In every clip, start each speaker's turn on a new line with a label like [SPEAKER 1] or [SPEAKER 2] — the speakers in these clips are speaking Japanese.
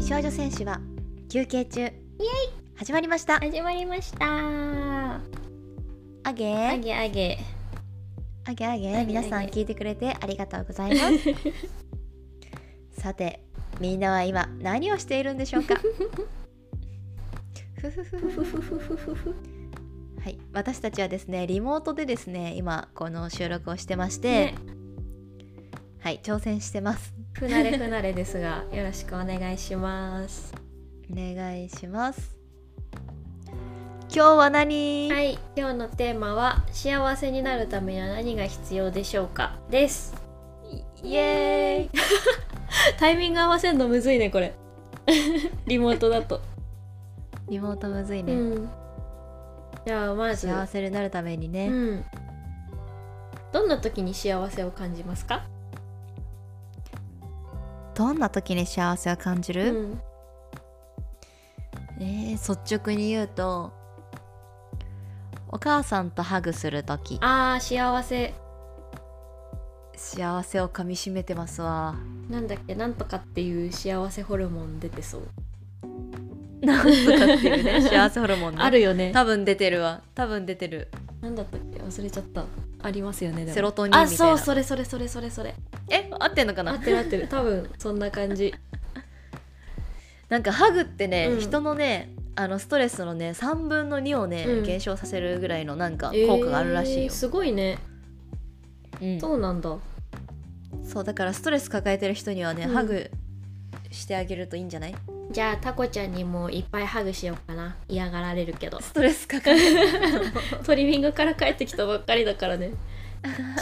[SPEAKER 1] 少女選手は休憩中始まりました
[SPEAKER 2] 始まりましたあ
[SPEAKER 1] あげ
[SPEAKER 2] げ
[SPEAKER 1] あ
[SPEAKER 2] あげ
[SPEAKER 1] げあ
[SPEAKER 2] あげ
[SPEAKER 1] げ皆さん聞いてくれてありがとうございますさてみんなは今何をしているんでしょうかふふふふ
[SPEAKER 2] ふふふふふふ
[SPEAKER 1] はい、私たちはですねリモートでですね今この収録をしてまして、
[SPEAKER 2] ね
[SPEAKER 1] はい挑戦してます
[SPEAKER 2] 不慣れ不慣れですがよろしくお願いします
[SPEAKER 1] お願いします今日は何、
[SPEAKER 2] はい今日のテーマは幸せになるためには何が必要でしょうかですイイエーイ タイミング合わせるのむずいねこれ リモートだと、
[SPEAKER 1] リモートむずいね、
[SPEAKER 2] うんじゃあまず
[SPEAKER 1] 幸せになるために
[SPEAKER 2] う
[SPEAKER 1] ね、
[SPEAKER 2] んどんな時に幸せを感じますか、
[SPEAKER 1] どんな時に幸せを感じ
[SPEAKER 2] う
[SPEAKER 1] る、
[SPEAKER 2] ん、
[SPEAKER 1] えー率直に言うとお母さんとハグする時
[SPEAKER 2] あー幸せ
[SPEAKER 1] 幸せをかみしめてますわ
[SPEAKER 2] なんだっけなんとかっていう幸せホルモン出てそう、
[SPEAKER 1] なんとかっていう ね幸せホルモンね
[SPEAKER 2] あるよね
[SPEAKER 1] 多分出てるわ多分出てる
[SPEAKER 2] なんだったっけ忘れちゃったありますよねでも
[SPEAKER 1] セロトニンみたい
[SPEAKER 2] あ
[SPEAKER 1] な
[SPEAKER 2] そうそれそれそれそれそれ
[SPEAKER 1] え合ってんのか
[SPEAKER 2] 合
[SPEAKER 1] な
[SPEAKER 2] ってる合ってる多分そんな感 じ
[SPEAKER 1] なんかハグってね、
[SPEAKER 2] うん
[SPEAKER 1] 人のねあのストレスのね3分の2をね、
[SPEAKER 2] うん
[SPEAKER 1] 減少させるぐらいのなんか効果があるらしい
[SPEAKER 2] えー
[SPEAKER 1] よ、
[SPEAKER 2] すごいね
[SPEAKER 1] うん
[SPEAKER 2] そうなんだ
[SPEAKER 1] そうだからストレス抱えてる人にはね、
[SPEAKER 2] うん
[SPEAKER 1] ハグしてあげるといいんじゃない
[SPEAKER 2] じゃあタコちゃんにもいっぱいハグしようかな嫌がられるけど
[SPEAKER 1] ストレス抱え
[SPEAKER 2] トリミングから帰ってきたばっかりだから ね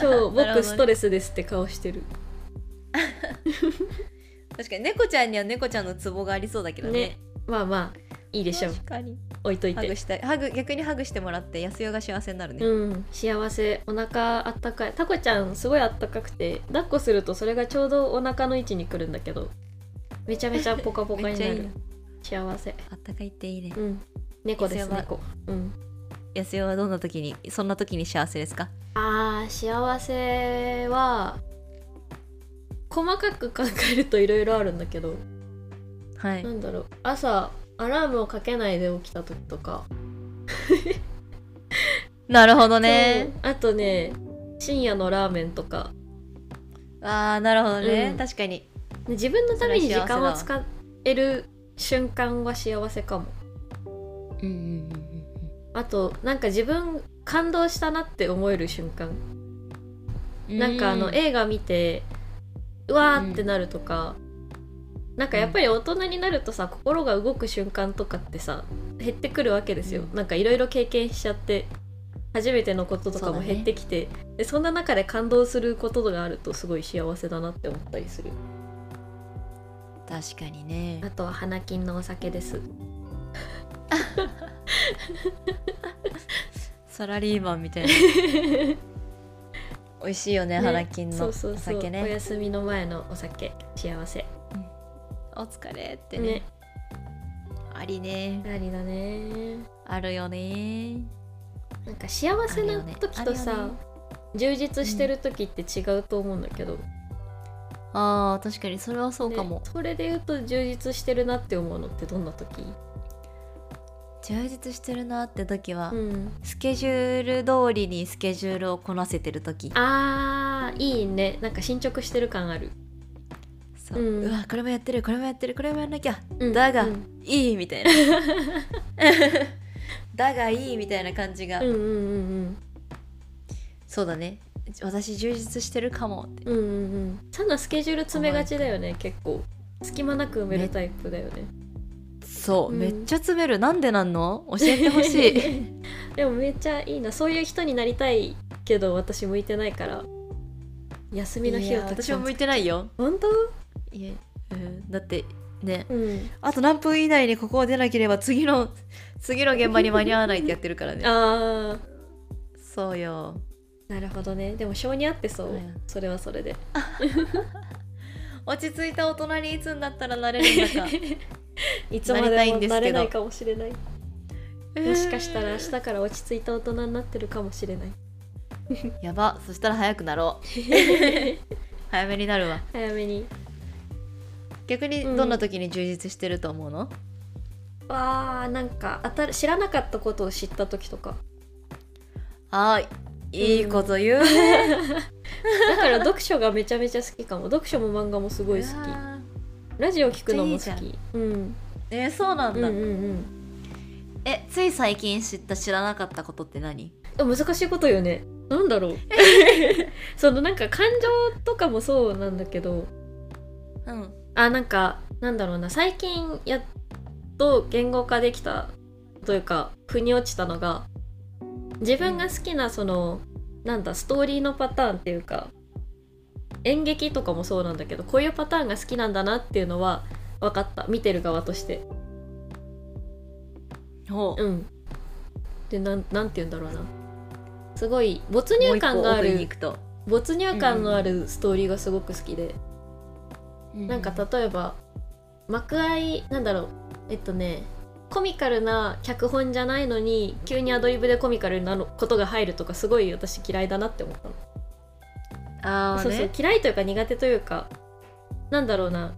[SPEAKER 2] 超
[SPEAKER 1] なるほど
[SPEAKER 2] 僕ストレスですって顔してる
[SPEAKER 1] 確かに猫ちゃんには猫ちゃんのツボがありそうだけどね
[SPEAKER 2] ねまあまあいいでしょう
[SPEAKER 1] 確かに
[SPEAKER 2] 置いとい
[SPEAKER 1] ハ
[SPEAKER 2] て
[SPEAKER 1] グしたいハグ逆にハグしてもらって安代が幸せになるね、
[SPEAKER 2] うん幸せお腹あったかいタコちゃんすごいあったかくて抱っこするとそれがちょうどお腹の位置に来るんだけどめ ちゃめちゃポカポカ
[SPEAKER 1] めっ
[SPEAKER 2] に
[SPEAKER 1] ちゃ
[SPEAKER 2] ない
[SPEAKER 1] い
[SPEAKER 2] る
[SPEAKER 1] ね
[SPEAKER 2] 幸せ
[SPEAKER 1] あったかいっていいね
[SPEAKER 2] うん猫です
[SPEAKER 1] 幸せは
[SPEAKER 2] 猫うん
[SPEAKER 1] 安代はどんな時にそんな時に幸せですか
[SPEAKER 2] あー幸せは細かく考えるといろいろあるんだけど、
[SPEAKER 1] はい
[SPEAKER 2] なんだろう朝アラームをかけないで起きた時とか
[SPEAKER 1] なるほどね
[SPEAKER 2] そうあとね深夜のラーメンとか
[SPEAKER 1] あーなるほどね、
[SPEAKER 2] うん
[SPEAKER 1] 確かに
[SPEAKER 2] 自分のために時間を
[SPEAKER 1] そ
[SPEAKER 2] 使える瞬間は幸せかも
[SPEAKER 1] うんうんうんうん
[SPEAKER 2] あとなんか自分感動したなって思える瞬間なんかあの映画見てうわーってなるとか、なんかやっぱり大人になるとさ心が動く瞬間とかってさ減ってくるわけですよ、
[SPEAKER 1] うん
[SPEAKER 2] なんかいろいろ経験しちゃって初めてのこととか
[SPEAKER 1] そうだ
[SPEAKER 2] も
[SPEAKER 1] ね
[SPEAKER 2] 減ってきてそ,、でそんな中で感動することがあるとすごい幸せだなって思ったりする
[SPEAKER 1] 確かにね
[SPEAKER 2] あとは花金のお酒です
[SPEAKER 1] サラリーマンみたいな 美味しいよね
[SPEAKER 2] ね
[SPEAKER 1] 花金の
[SPEAKER 2] そ
[SPEAKER 1] お
[SPEAKER 2] うそうそう
[SPEAKER 1] 酒
[SPEAKER 2] お
[SPEAKER 1] ね
[SPEAKER 2] 休みの前のお酒幸せ
[SPEAKER 1] お疲れってね
[SPEAKER 2] ね
[SPEAKER 1] ありね
[SPEAKER 2] ありだね
[SPEAKER 1] あるよね
[SPEAKER 2] なんか幸せな時と
[SPEAKER 1] あるよ
[SPEAKER 2] さ、
[SPEAKER 1] ね
[SPEAKER 2] 充実してる時って違うと思うんだけど、
[SPEAKER 1] あー確かにそれはそうかも、
[SPEAKER 2] ねそれで言うと充実してるなって思うのってどんな時
[SPEAKER 1] 充実してるなって時は、
[SPEAKER 2] うん
[SPEAKER 1] スケジュール通りにスケジュールをこなせてる時
[SPEAKER 2] あーいいねなんか進捗してる感ある、
[SPEAKER 1] そう,、う
[SPEAKER 2] うん
[SPEAKER 1] わこれもやってるこれもやってるこれもやんなきゃ
[SPEAKER 2] うん
[SPEAKER 1] だが
[SPEAKER 2] うん
[SPEAKER 1] いいみた いなだがいいみたいな感じが、
[SPEAKER 2] うんうんうん
[SPEAKER 1] そうだね私充実してるかもって
[SPEAKER 2] うんうんうんうんそんなスケジュール詰めがちだよね結構隙間なく埋めるタイプだよね
[SPEAKER 1] そう、
[SPEAKER 2] うん
[SPEAKER 1] めっちゃ詰めるなんでなんの教えてほし い
[SPEAKER 2] でもめっちゃいいなそういう人になりたいけど私向いてないから休みの日をたく
[SPEAKER 1] 私
[SPEAKER 2] さ
[SPEAKER 1] も
[SPEAKER 2] ん
[SPEAKER 1] 向いてないよ
[SPEAKER 2] 本当
[SPEAKER 1] いえ、うん、だってね
[SPEAKER 2] うん
[SPEAKER 1] あと何分以内にここを出なければ次の次の現場に間に合わないってやってるからね
[SPEAKER 2] ああ
[SPEAKER 1] そうよ
[SPEAKER 2] なるほどねでも性に合ってそう、
[SPEAKER 1] うん
[SPEAKER 2] それはそれで
[SPEAKER 1] 落ち着いた大人にいつになったらなれるんだか
[SPEAKER 2] いつまで
[SPEAKER 1] なりたい
[SPEAKER 2] も
[SPEAKER 1] んですけど
[SPEAKER 2] なれないかもしれない もしかしたら明
[SPEAKER 1] え
[SPEAKER 2] 日から落ち着いた大人になってるかもしれない
[SPEAKER 1] ーやば そしたら早くなろう早めになるわ
[SPEAKER 2] 早めに
[SPEAKER 1] 逆に
[SPEAKER 2] うん
[SPEAKER 1] どんな時に充実してると思うの、
[SPEAKER 2] わあなんかあた知らなかったことを知った時 とか
[SPEAKER 1] あーいいこと言う ね、
[SPEAKER 2] だから読書がめちゃめちゃ好きかも読書も漫画もすごい好き
[SPEAKER 1] うわ
[SPEAKER 2] ラジオ聞くのも好き
[SPEAKER 1] めっちゃいい
[SPEAKER 2] うん、
[SPEAKER 1] ーえーそうな
[SPEAKER 2] うんんうん
[SPEAKER 1] だ、
[SPEAKER 2] うん
[SPEAKER 1] えつい最近知った知らなかったことって何
[SPEAKER 2] でも難しいことよねなんだろ うそのなんか感情とかもそうなんだけど
[SPEAKER 1] うん
[SPEAKER 2] あなんかなんだろうな最近やっと言語化できたというか腑に落ちたのが自分が好きなそのなんだストーリーのパターンっていうか演劇とかもそうなんだけどこういうパターンが好きなんだなっていうのは分かった見てる側として
[SPEAKER 1] ほう
[SPEAKER 2] うんでなんなんて言うんだろうなすごい没入感があ
[SPEAKER 1] もう一個奥に
[SPEAKER 2] る
[SPEAKER 1] 行くと、
[SPEAKER 2] 没入感のあるストーリーがすごく好きで、なんか例えば幕間なんだろうえっとねコミカルな脚本じゃないのに急にアドリブでコミカルなのことが入るとかすごい私嫌いだなって思ったの、
[SPEAKER 1] ああ
[SPEAKER 2] そう
[SPEAKER 1] ね
[SPEAKER 2] そう嫌いというか苦手というかなんだろうな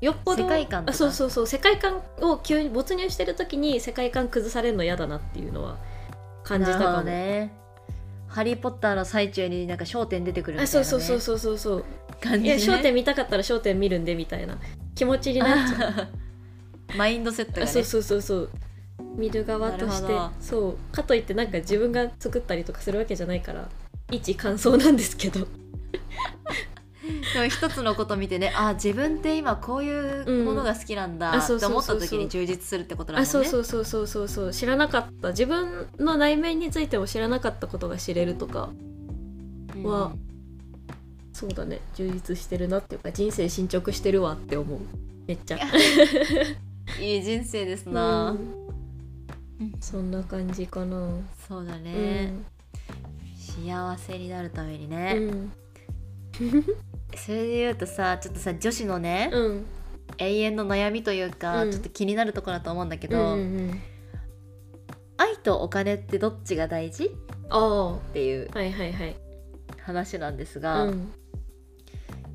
[SPEAKER 2] よっぽど
[SPEAKER 1] 世界観とか
[SPEAKER 2] あそうそうそう世界観を急に没入してる時に世界観崩されるの嫌だなっていうのは感じた
[SPEAKER 1] なるほ
[SPEAKER 2] かも、
[SPEAKER 1] どねハリー・ポッターの最中になんか焦点出てくるみたい
[SPEAKER 2] あ
[SPEAKER 1] な、ね、
[SPEAKER 2] そうそうそうそうそうそう
[SPEAKER 1] 感
[SPEAKER 2] い
[SPEAKER 1] じ、
[SPEAKER 2] や
[SPEAKER 1] ね、
[SPEAKER 2] 『焦点』見たかったら『焦点』見るんでみたいな気持ちになっちゃう
[SPEAKER 1] あーマインドセットがね
[SPEAKER 2] あそうそうそうそう見る側とし
[SPEAKER 1] な
[SPEAKER 2] て
[SPEAKER 1] るほど
[SPEAKER 2] そうかといってなんか自分が作ったりとかするわけじゃないから一感想なんですけど
[SPEAKER 1] でも一つのこと見てねあ自分って今こういうものが好きなん
[SPEAKER 2] うん
[SPEAKER 1] だ
[SPEAKER 2] あ
[SPEAKER 1] って
[SPEAKER 2] そうそう
[SPEAKER 1] 思
[SPEAKER 2] そう
[SPEAKER 1] っ
[SPEAKER 2] そう
[SPEAKER 1] た時に充実するってことだもん
[SPEAKER 2] あ
[SPEAKER 1] ね
[SPEAKER 2] そうそううそうそうそうそう知らなかった自分の内面についても知らなかったことが知れるとか
[SPEAKER 1] ん
[SPEAKER 2] わそうだね充実してるなっていうか人生進捗してるわって思うめっちゃ
[SPEAKER 1] いい人生です
[SPEAKER 2] う
[SPEAKER 1] な、
[SPEAKER 2] ん
[SPEAKER 1] うん
[SPEAKER 2] そんな感じかな、
[SPEAKER 1] そうだ
[SPEAKER 2] う
[SPEAKER 1] ね、
[SPEAKER 2] ん
[SPEAKER 1] 幸せになるために
[SPEAKER 2] う
[SPEAKER 1] ね、
[SPEAKER 2] ん
[SPEAKER 1] それで言うとさちょっとさ女子のね、
[SPEAKER 2] うん
[SPEAKER 1] 永遠の悩みというか、
[SPEAKER 2] うん
[SPEAKER 1] ちょっと気になるところだと思うんだけ
[SPEAKER 2] う
[SPEAKER 1] ど、
[SPEAKER 2] ん
[SPEAKER 1] 愛とお金ってどっちが大事っ
[SPEAKER 2] ああ
[SPEAKER 1] ていう
[SPEAKER 2] はいはいはい
[SPEAKER 1] 話なんですが、
[SPEAKER 2] うん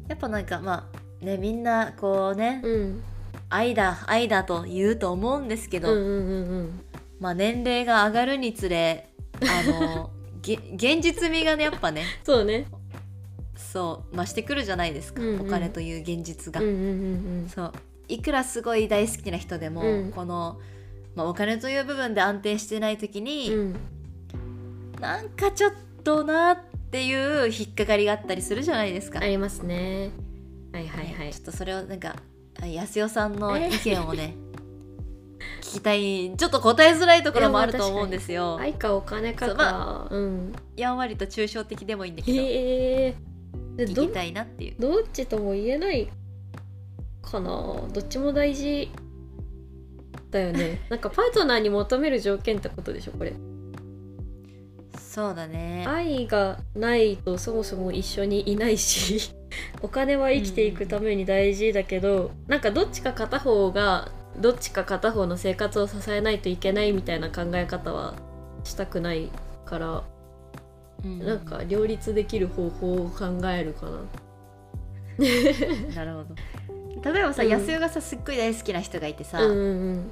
[SPEAKER 1] やっぱなんかまあねみんなこうね、
[SPEAKER 2] うん
[SPEAKER 1] 愛だ愛だと言うと思うんですけ
[SPEAKER 2] うんう
[SPEAKER 1] ど、
[SPEAKER 2] んうんうん
[SPEAKER 1] まあ年齢が上がるにつれあのげ 現実味がねやっぱね
[SPEAKER 2] そうね
[SPEAKER 1] そう増してくるじゃないですか、
[SPEAKER 2] うんうん
[SPEAKER 1] お金という現実が、
[SPEAKER 2] うんうんうん
[SPEAKER 1] そういくらすごい大好きな人でも、
[SPEAKER 2] うん
[SPEAKER 1] この、まあ、お金という部分で安定してない時
[SPEAKER 2] うんう
[SPEAKER 1] に、
[SPEAKER 2] ん
[SPEAKER 1] なんかちょっとなっていう引っかかりがあったりするじゃないですか、
[SPEAKER 2] ありますね。はいはいは
[SPEAKER 1] ね
[SPEAKER 2] い
[SPEAKER 1] ち。ょっとそれをなんかあ安代さんの意見をね聞きたいちょっと答えづらいところもあると思うんですよ、
[SPEAKER 2] 愛かお金か
[SPEAKER 1] そ
[SPEAKER 2] か。
[SPEAKER 1] うま
[SPEAKER 2] うん。
[SPEAKER 1] やんわりと抽象的でもいいんだけど
[SPEAKER 2] へえで
[SPEAKER 1] 聞
[SPEAKER 2] ど
[SPEAKER 1] きたいなっていう
[SPEAKER 2] どっちとも言えないかな。どっちも大事だ よね。なんかパートナーに求める条件ってことでしょこれ。
[SPEAKER 1] そうだね
[SPEAKER 2] 愛がないとそもそも一緒にいないし お金は生きていくために大事だけど、なんかどっちか片方がどっちか片方の生活を支えないといけないみたいな考え方はしたくないから
[SPEAKER 1] うん
[SPEAKER 2] なんか両立できる方法を考えるかな。
[SPEAKER 1] なるほど例えばさ、
[SPEAKER 2] うん
[SPEAKER 1] 安代がさすっごい大好きな人がいてさ、
[SPEAKER 2] うんうん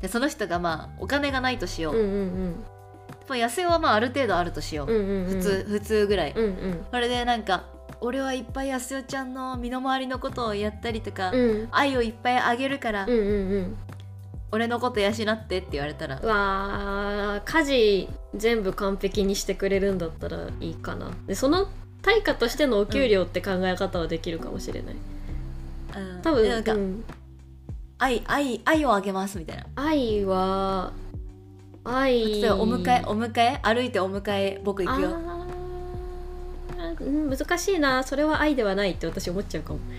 [SPEAKER 1] でその人がまあお金がないとしよ
[SPEAKER 2] う
[SPEAKER 1] う、
[SPEAKER 2] んうんうん
[SPEAKER 1] でも安代はまあある程度あるとしよう、
[SPEAKER 2] うんうんうん
[SPEAKER 1] 普通普通ぐらい、
[SPEAKER 2] うんうん
[SPEAKER 1] それでなんか俺はいっぱい安代ちゃんの身の回りのことをやったりとか、
[SPEAKER 2] うん
[SPEAKER 1] 愛をいっぱいあげるから、
[SPEAKER 2] うんうんうん
[SPEAKER 1] 俺のこと養ってって言われたら
[SPEAKER 2] うわー家事全部完璧にしてくれるんだったらいいかなでその対価としてのお給料って考え方はできるかもしれない、
[SPEAKER 1] うん
[SPEAKER 2] 多分
[SPEAKER 1] でなんか、
[SPEAKER 2] うん
[SPEAKER 1] 愛愛愛をあげますみたいな
[SPEAKER 2] 愛は愛
[SPEAKER 1] 例えばお迎えお迎え歩いてお迎え僕行くよ
[SPEAKER 2] あーうん難しいなそれは愛ではないって私思っちゃうかも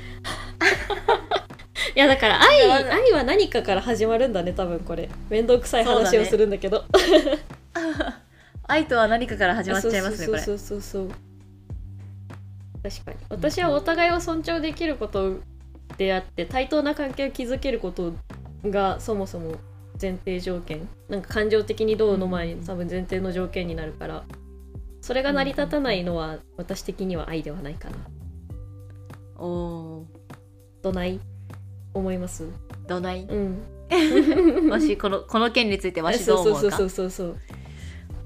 [SPEAKER 2] いやだか ら愛
[SPEAKER 1] まだ
[SPEAKER 2] 愛は何かから始まるんだね多分これ面倒くさい
[SPEAKER 1] そうだ
[SPEAKER 2] 話
[SPEAKER 1] ね
[SPEAKER 2] をするんだけど
[SPEAKER 1] 愛とは何かから始まっちゃいますねこれ
[SPEAKER 2] そうそうそうそうそう確かに私はお互いを尊重できることであって対等な関係を築けることがそもそも前提条件なんか感情的にどうの前に多分前提の条件になるからそれが成り立たないのは私的には愛ではないかな
[SPEAKER 1] おー
[SPEAKER 2] どない思います
[SPEAKER 1] どない
[SPEAKER 2] うん
[SPEAKER 1] わしこのこの件についてわしどう
[SPEAKER 2] そう
[SPEAKER 1] 思
[SPEAKER 2] そううそ
[SPEAKER 1] か
[SPEAKER 2] うそうそう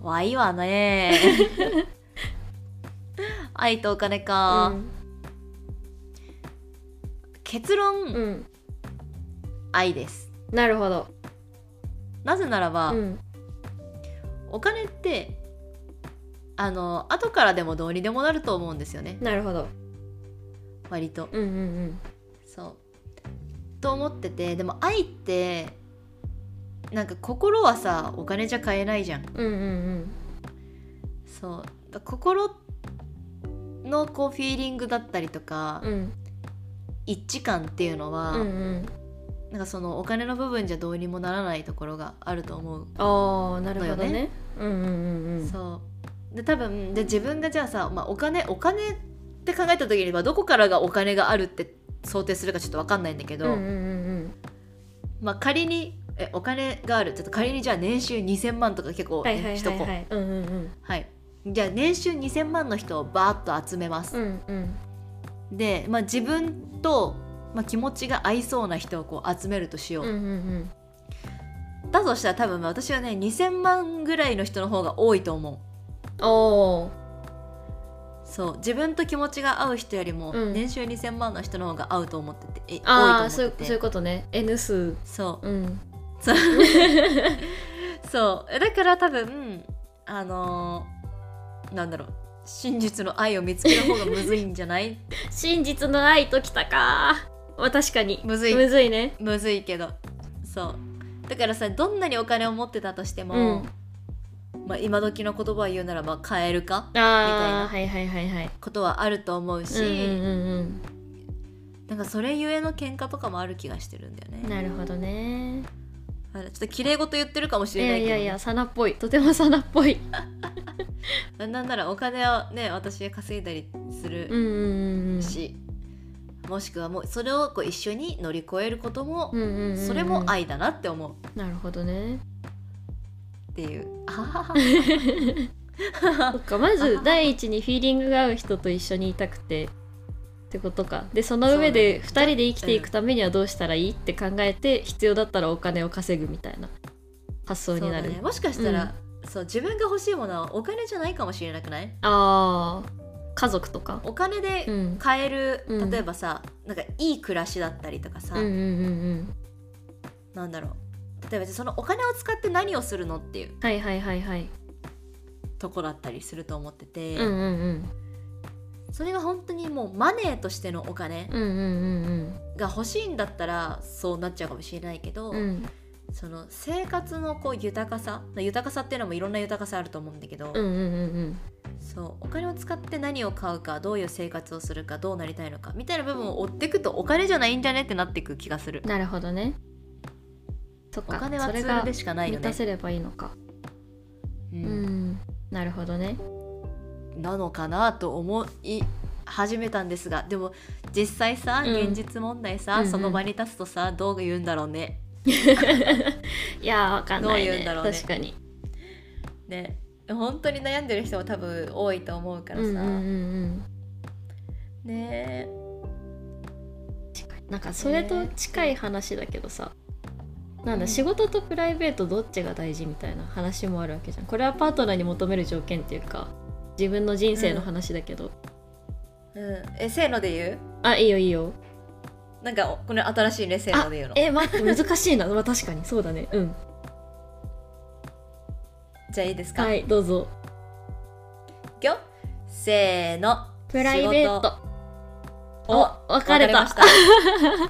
[SPEAKER 1] わいわね 愛とお金か、結論、
[SPEAKER 2] うん、うん、
[SPEAKER 1] 愛です
[SPEAKER 2] なるほど
[SPEAKER 1] なぜならば、
[SPEAKER 2] うん
[SPEAKER 1] お金ってあの後からでもどうにでもなると思うんですよね
[SPEAKER 2] なるほど
[SPEAKER 1] 割と
[SPEAKER 2] うんうん
[SPEAKER 1] そうと思っててでも愛ってなんか心はさお金じゃ買えないじゃん
[SPEAKER 2] うんうんうん
[SPEAKER 1] そう心のこうフィーリングだったりとか、
[SPEAKER 2] うんうん
[SPEAKER 1] 一致感っていうのは、
[SPEAKER 2] うんうん
[SPEAKER 1] なんかそのお金の部分じゃどうにもならないところがあると思う、
[SPEAKER 2] ああなるほど
[SPEAKER 1] だよ
[SPEAKER 2] ねうんうんうんうん
[SPEAKER 1] そうで多分で自分がじゃあさ、まあ、お金お金って考えた時にはどこからがお金があるって想定するかちょっと分かんないんだけど、
[SPEAKER 2] うんうんうん
[SPEAKER 1] まあ、仮にえお金があるちょっと仮にじゃあ年収2,000万とか結構、
[SPEAKER 2] はいはい
[SPEAKER 1] ねし
[SPEAKER 2] は
[SPEAKER 1] と
[SPEAKER 2] い
[SPEAKER 1] こう
[SPEAKER 2] はいうんうんうん
[SPEAKER 1] はいじゃあ年収2,000万の人をバーッと集めます、
[SPEAKER 2] うんうん
[SPEAKER 1] で、まあ、自分と、まあ、気持ちが合いそうな人をこう集めるとしよう、
[SPEAKER 2] うんうん
[SPEAKER 1] だとしたら多分私はね2,000万ぐらいの人の方が多いと思う
[SPEAKER 2] うんおー
[SPEAKER 1] そう自分と気持ちが合う人よりも
[SPEAKER 2] うん
[SPEAKER 1] 年収2,000万の人の方が合うと思ってて、え
[SPEAKER 2] ああ
[SPEAKER 1] 多
[SPEAKER 2] そう
[SPEAKER 1] い
[SPEAKER 2] いう
[SPEAKER 1] と
[SPEAKER 2] そ
[SPEAKER 1] 思って
[SPEAKER 2] ういう
[SPEAKER 1] て
[SPEAKER 2] ことね N 数
[SPEAKER 1] そ
[SPEAKER 2] うん
[SPEAKER 1] う そうだから多分あのーなんだろう真実の愛を見つける方がむずいんじゃない
[SPEAKER 2] 真実の愛ときたかまあ確かに
[SPEAKER 1] むずい
[SPEAKER 2] むずいね
[SPEAKER 1] むずいけどそうだからさどんなにお金を持ってたとしても、まあ、今時の言葉を言うならば買えるか
[SPEAKER 2] ああはいはいはいはい
[SPEAKER 1] ことはあると思うし、
[SPEAKER 2] うんうん
[SPEAKER 1] なんかそれゆえの喧嘩とかもある気がしてるんだよね
[SPEAKER 2] うんなるほどね
[SPEAKER 1] あれちょっと綺麗事言ってるかもし
[SPEAKER 2] い
[SPEAKER 1] れな
[SPEAKER 2] や
[SPEAKER 1] いけど
[SPEAKER 2] い
[SPEAKER 1] ね、
[SPEAKER 2] やいやサナっぽいとてもサナっぽい
[SPEAKER 1] なんならお金をね私が稼いだりす
[SPEAKER 2] う
[SPEAKER 1] る
[SPEAKER 2] んうんうん
[SPEAKER 1] し、もしくはもうそれをこう一緒に乗り越えることも、
[SPEAKER 2] うんうんうんうん
[SPEAKER 1] それも愛だなって思う
[SPEAKER 2] なるほどね
[SPEAKER 1] っていうあははは
[SPEAKER 2] そっかまず第一にフィーリングが合う人と一緒にいたくてってことかでその上で2
[SPEAKER 1] そう
[SPEAKER 2] 人
[SPEAKER 1] だね
[SPEAKER 2] で生きていくためにはどうしたらいいって考えて必要だったらお金を稼ぐみたいな発想にな
[SPEAKER 1] そう
[SPEAKER 2] る、
[SPEAKER 1] だね、もしかしたら、そう自分が欲しいものはお金じゃないかもしれなくない
[SPEAKER 2] ああ家族とか
[SPEAKER 1] お金
[SPEAKER 2] う
[SPEAKER 1] で
[SPEAKER 2] ん
[SPEAKER 1] 買える、
[SPEAKER 2] うん
[SPEAKER 1] 例えばさなんかいい暮らしだったりとかさ、
[SPEAKER 2] うんうんうん
[SPEAKER 1] なんだろう例えばそのお金を使って何をするのっていう
[SPEAKER 2] うんはいはいはいはい、
[SPEAKER 1] とこだったりすると思ってて、
[SPEAKER 2] うんうんうん
[SPEAKER 1] それが本当にもうマネーとしてのお金、
[SPEAKER 2] うんうん
[SPEAKER 1] が欲しいんだったらそうなっちゃうかもしれないけど、
[SPEAKER 2] うんうんうん
[SPEAKER 1] その生活のこう豊かさ豊かさっていうのもいろんな豊かさあると思うんだけど、
[SPEAKER 2] うんうんうん
[SPEAKER 1] そうお金を使って何を買うかどういう生活をするかどうなりたいのかみたいな部分を追っていくとお金じゃないんじゃねってなっていく気がする
[SPEAKER 2] うんなるほどねそっ
[SPEAKER 1] お
[SPEAKER 2] か
[SPEAKER 1] 金は
[SPEAKER 2] そ
[SPEAKER 1] ツ
[SPEAKER 2] れ
[SPEAKER 1] ー
[SPEAKER 2] が
[SPEAKER 1] ルでしかないよ
[SPEAKER 2] 満た
[SPEAKER 1] ね、
[SPEAKER 2] せればいいのか
[SPEAKER 1] う
[SPEAKER 2] うんんなるほどね
[SPEAKER 1] なのかなと思い始めたんですがでも実際さ
[SPEAKER 2] うん
[SPEAKER 1] 現実問題さ、
[SPEAKER 2] うんうん
[SPEAKER 1] その場に立つとさどう言うんだろうね
[SPEAKER 2] いやーわかんないね
[SPEAKER 1] どう言うんだろうね
[SPEAKER 2] 確かに
[SPEAKER 1] ね本当に悩んでる人も多分多いと思うからさ、
[SPEAKER 2] うんうんうんうん
[SPEAKER 1] ねえ
[SPEAKER 2] なんかそれと近い話だけどさ、なんだ仕事とプライベートどっちが大事みたいな話もあるわけじゃんこれはパートナーに求める条件っていうか自分の人生の話だけど、
[SPEAKER 1] うん、えせーので言う
[SPEAKER 2] あいいよいいよ
[SPEAKER 1] なんかおこれ新しいねせーので言うの
[SPEAKER 2] え待って難しいな、まあ、確かにそうだねうん
[SPEAKER 1] じゃあいいですか、、
[SPEAKER 2] はいいどうぞ
[SPEAKER 1] くよせーの
[SPEAKER 2] プライベー
[SPEAKER 1] 仕
[SPEAKER 2] ト
[SPEAKER 1] 事
[SPEAKER 2] お
[SPEAKER 1] お
[SPEAKER 2] 分かれた
[SPEAKER 1] 分かれま し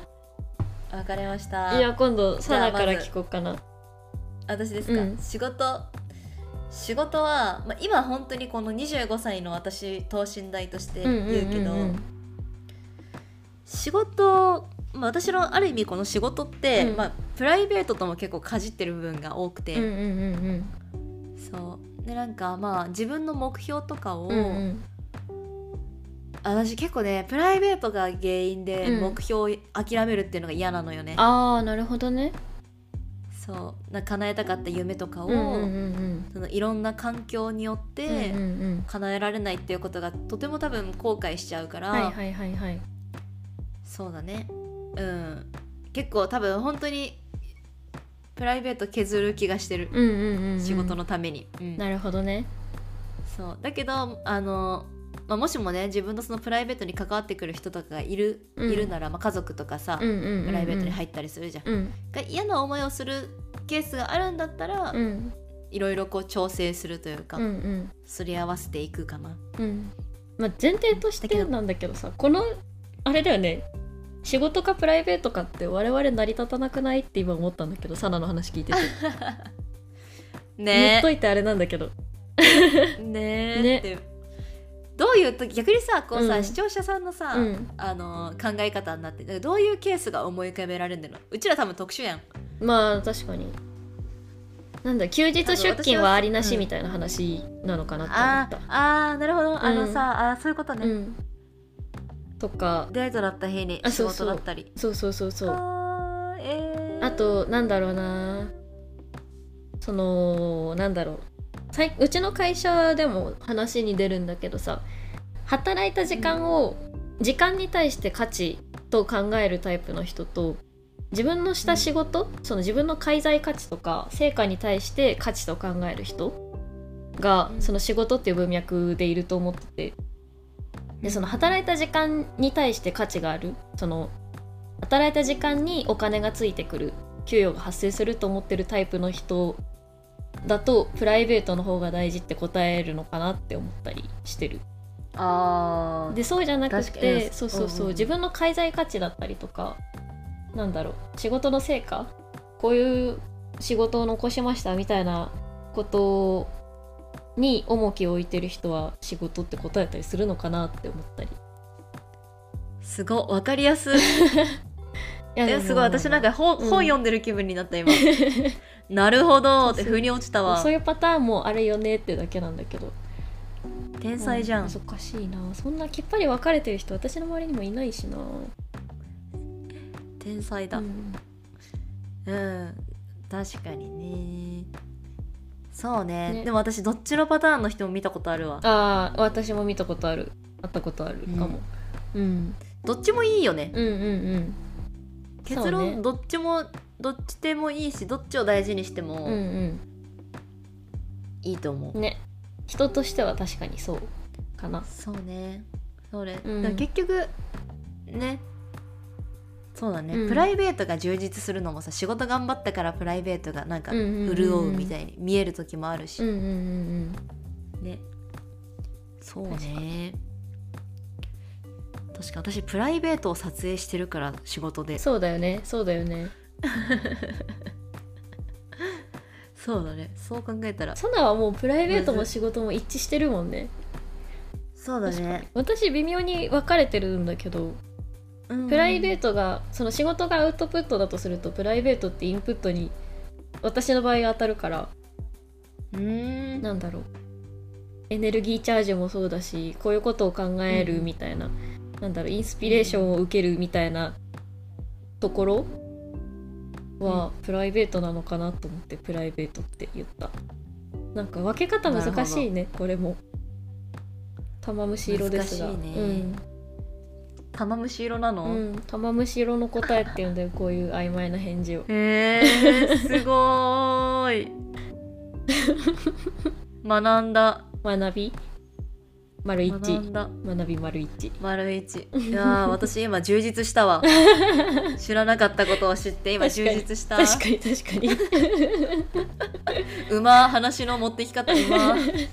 [SPEAKER 1] た分かれました
[SPEAKER 2] いや今度サナから
[SPEAKER 1] じゃあまず
[SPEAKER 2] 聞こうかな
[SPEAKER 1] 私ですか、
[SPEAKER 2] うん
[SPEAKER 1] 仕事仕事は、まあ、今本当にこの25歳の私等身大として
[SPEAKER 2] うんうん
[SPEAKER 1] 言うけど、
[SPEAKER 2] うん
[SPEAKER 1] 仕事、まあ、私のある意味この仕事って、
[SPEAKER 2] うん
[SPEAKER 1] まあ、プライベートとも結構かじってる部分が多くて、
[SPEAKER 2] うんうん
[SPEAKER 1] そうでなんかまあ自分の目標とかを、
[SPEAKER 2] うんうんうん
[SPEAKER 1] 私結構ねプライベートが原因で
[SPEAKER 2] うん
[SPEAKER 1] 目標を諦めるっていうのが嫌なのよね、
[SPEAKER 2] ああなるほどね
[SPEAKER 1] そうな叶えたかった夢とかを、
[SPEAKER 2] うんうんうん
[SPEAKER 1] そのいろんな環境によっ
[SPEAKER 2] うんうん
[SPEAKER 1] て
[SPEAKER 2] うん
[SPEAKER 1] 叶えられないっていうことがとても多分後悔しちゃうから、
[SPEAKER 2] はいはいはいはい
[SPEAKER 1] そうだねうん結構多分本当にプライベート削る気がしてる、
[SPEAKER 2] うんうんうんうん
[SPEAKER 1] 仕事のために、うん
[SPEAKER 2] なるほどね
[SPEAKER 1] そうだけどあの、まあ、もしもね自分のそのプライベートに関わってくる人とかがいる,、
[SPEAKER 2] うん
[SPEAKER 1] いるなら、まあ、家族とかさ、
[SPEAKER 2] うんうんうんうん
[SPEAKER 1] プライベートに入ったりするじゃん、
[SPEAKER 2] うん
[SPEAKER 1] が嫌な思いをするケースがあるんだったら、
[SPEAKER 2] うん
[SPEAKER 1] いろいろこう調整するというか、
[SPEAKER 2] うんうん
[SPEAKER 1] すり合わせていくかな
[SPEAKER 2] うんまあ前提としてなんだけどさこのあれだよね仕事かプライベートかって我々成り立たなくないって今思ったんだけどサナの話聞いてて、言っ
[SPEAKER 1] ね
[SPEAKER 2] といてあれなんだけど
[SPEAKER 1] えねえ
[SPEAKER 2] ね
[SPEAKER 1] ってどういう時逆にさこうさ、
[SPEAKER 2] うん
[SPEAKER 1] 視聴者さんのさ、
[SPEAKER 2] うん
[SPEAKER 1] あの考え方になってだからどういうケースが思い浮かべられるんだろううちら多分特殊やん
[SPEAKER 2] まあ確かになんだ休日出勤はありなしみたいな話なのかな
[SPEAKER 1] あ
[SPEAKER 2] って思っ
[SPEAKER 1] あーなるほどあの
[SPEAKER 2] うん
[SPEAKER 1] さ、あーそういうこと
[SPEAKER 2] た、
[SPEAKER 1] ね、
[SPEAKER 2] うん、とか
[SPEAKER 1] デートだった日に
[SPEAKER 2] あ
[SPEAKER 1] 仕
[SPEAKER 2] そうそ
[SPEAKER 1] 事
[SPEAKER 2] う
[SPEAKER 1] だったり
[SPEAKER 2] そうそうそうそう
[SPEAKER 1] あーえー
[SPEAKER 2] あとなんだろうなそのなんだろうさいうちの会社でも話に出るんだけどさ働いた時間を時間に対して価値と考えるタイプの人と自分のした仕事、その自分の介在価値とか成果に対して価値と考える人が
[SPEAKER 1] うん
[SPEAKER 2] その仕事っていう文脈でいると思っててでその働いた時間に対して価値があるその働いた時間にお金がついてくる給与が発生すると思ってるタイプの人だとプライベートの方が大事って答えるのかなって思ったりしてる
[SPEAKER 1] あー
[SPEAKER 2] でそうじゃなく
[SPEAKER 1] 確かに
[SPEAKER 2] てそうそうそう、
[SPEAKER 1] うんうん
[SPEAKER 2] 自分の介在価値だったりとかなんだろう仕事の成果こういう仕事を残しましたみたいなことに重きを置いてる人は仕事って答えたりするのかなって思ったり
[SPEAKER 1] すごいわかりやすい
[SPEAKER 2] いや
[SPEAKER 1] えすごい私なん
[SPEAKER 2] か
[SPEAKER 1] か本,、
[SPEAKER 2] う
[SPEAKER 1] 本
[SPEAKER 2] ん
[SPEAKER 1] 読んでる気分になった 今なるほどって腑に落ちたわ
[SPEAKER 2] そういうパターンもあれよねってだけなんだけど
[SPEAKER 1] 天才じゃん、
[SPEAKER 2] う難しいなそんなきっぱり分かれてる人私の周りにもいないしな
[SPEAKER 1] 天才だ
[SPEAKER 2] う
[SPEAKER 1] うん、
[SPEAKER 2] ん
[SPEAKER 1] 確かにねそうね
[SPEAKER 2] ね
[SPEAKER 1] でも私どっちのパターンの人も見たことあるわ
[SPEAKER 2] ああ私も見たことある会ったことあるかも、うん、
[SPEAKER 1] どっちもいいよね
[SPEAKER 2] うんうんうん
[SPEAKER 1] 結
[SPEAKER 2] そう
[SPEAKER 1] 論、
[SPEAKER 2] ね
[SPEAKER 1] どっちもどっちでもいいしどっちを大事にして
[SPEAKER 2] うん
[SPEAKER 1] もいいと思う、
[SPEAKER 2] うんね人としては確かにそうかな
[SPEAKER 1] そうねそれ、
[SPEAKER 2] うん
[SPEAKER 1] だから結局ねそうだね、
[SPEAKER 2] うん
[SPEAKER 1] プライベートが充実するのもさ仕事頑張ったからプライベートがなんか
[SPEAKER 2] うんうんうんうん
[SPEAKER 1] 潤うみたいに見える時もあるし、
[SPEAKER 2] うんうんうん
[SPEAKER 1] ねそう
[SPEAKER 2] 確か
[SPEAKER 1] ね確か私プライベートを撮影してるから仕事
[SPEAKER 2] う
[SPEAKER 1] で
[SPEAKER 2] んそうだよねそうだよね
[SPEAKER 1] そうだねそう考えたら
[SPEAKER 2] サナはもうプライベートも
[SPEAKER 1] むず
[SPEAKER 2] 仕事も一致してるもんね
[SPEAKER 1] そうだね、
[SPEAKER 2] 私微妙に分かれてるんだけど
[SPEAKER 1] うん
[SPEAKER 2] プライベー
[SPEAKER 1] ト
[SPEAKER 2] トがその仕事がアウトプットだとするとプライベートってインプットに私の場合が当たるから
[SPEAKER 1] うーん
[SPEAKER 2] なんだろうエネルギーチャージもそうだしこういうことを考え
[SPEAKER 1] う
[SPEAKER 2] る
[SPEAKER 1] ん
[SPEAKER 2] みたいな、なんだろうインスピレーションを受けるみたいなところはプライベートなのかなと思ってプライベートって言ったなんか分け方難しいねこれも玉虫色ですが
[SPEAKER 1] 難しいね玉虫色な
[SPEAKER 2] う
[SPEAKER 1] の、
[SPEAKER 2] んうん、玉虫色の答えっていうんだよこういう曖昧な返事を
[SPEAKER 1] へえー、すごーい学んだ
[SPEAKER 2] 学び丸一
[SPEAKER 1] 学んだ
[SPEAKER 2] 学び丸一
[SPEAKER 1] 丸一いやー私今充実したわ知らなかったことを知って今
[SPEAKER 2] 確か
[SPEAKER 1] 充
[SPEAKER 2] に
[SPEAKER 1] 実した
[SPEAKER 2] 確かに確かに
[SPEAKER 1] うまー話の持ってき方うまー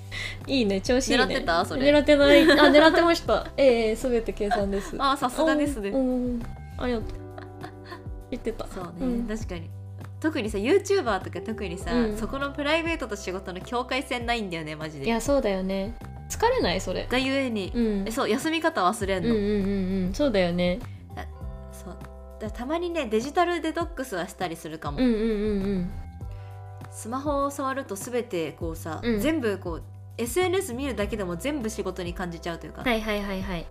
[SPEAKER 2] いいね調子いいね
[SPEAKER 1] 狙ってたそれ
[SPEAKER 2] 狙って ないあ狙ってましたええすべて計算です
[SPEAKER 1] あーさすがですね、
[SPEAKER 2] うんうんありがとう言ってた
[SPEAKER 1] そうね、
[SPEAKER 2] うん
[SPEAKER 1] 確かに特にさ YouTuber とか特にさ、
[SPEAKER 2] うん
[SPEAKER 1] そこのプライベートと仕事の境界線ないんだよねマジ
[SPEAKER 2] い
[SPEAKER 1] で
[SPEAKER 2] やそうだよね疲れないそれ
[SPEAKER 1] がゆえに、
[SPEAKER 2] うん
[SPEAKER 1] えそう休み方忘れん
[SPEAKER 2] うんう
[SPEAKER 1] の、
[SPEAKER 2] んうんうんそうだよね
[SPEAKER 1] そうだたまにねデジタルデトックスはしたりするかも、
[SPEAKER 2] うんうんうんうん
[SPEAKER 1] スマホを触ると全てこうさ、
[SPEAKER 2] うん
[SPEAKER 1] 全部こう SNS 見るだけでも全部仕事に感じちゃうというか、
[SPEAKER 2] はいはいはいはい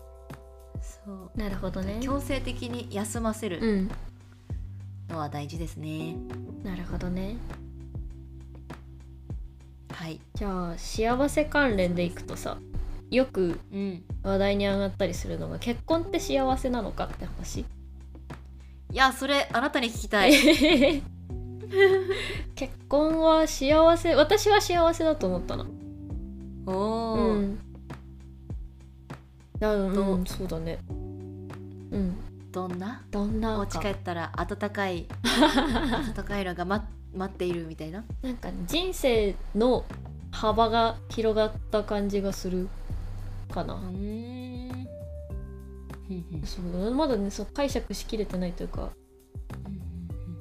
[SPEAKER 1] そう
[SPEAKER 2] なるほどね
[SPEAKER 1] 強制的に休ませ
[SPEAKER 2] う
[SPEAKER 1] る
[SPEAKER 2] ん
[SPEAKER 1] のは大事ですね、
[SPEAKER 2] なるほどね
[SPEAKER 1] はい、
[SPEAKER 2] じゃあ幸せ関連でいくとさよく
[SPEAKER 1] うん、
[SPEAKER 2] 話題に上がったりするのが結婚って幸せなのかって話
[SPEAKER 1] いやそれあなたに聞きたい
[SPEAKER 2] 結婚は幸せ私は幸せだと思ったな
[SPEAKER 1] お
[SPEAKER 2] う
[SPEAKER 1] お、
[SPEAKER 2] んあ
[SPEAKER 1] ど
[SPEAKER 2] う
[SPEAKER 1] うん
[SPEAKER 2] そうだねうん
[SPEAKER 1] どんな
[SPEAKER 2] 旦那
[SPEAKER 1] お
[SPEAKER 2] か
[SPEAKER 1] 家帰ったら温かい温かいのが待待っているみたいな
[SPEAKER 2] なんか人生の幅が広がった感じがするかな、
[SPEAKER 1] ん
[SPEAKER 2] そうまだねそう解釈しきれてないというか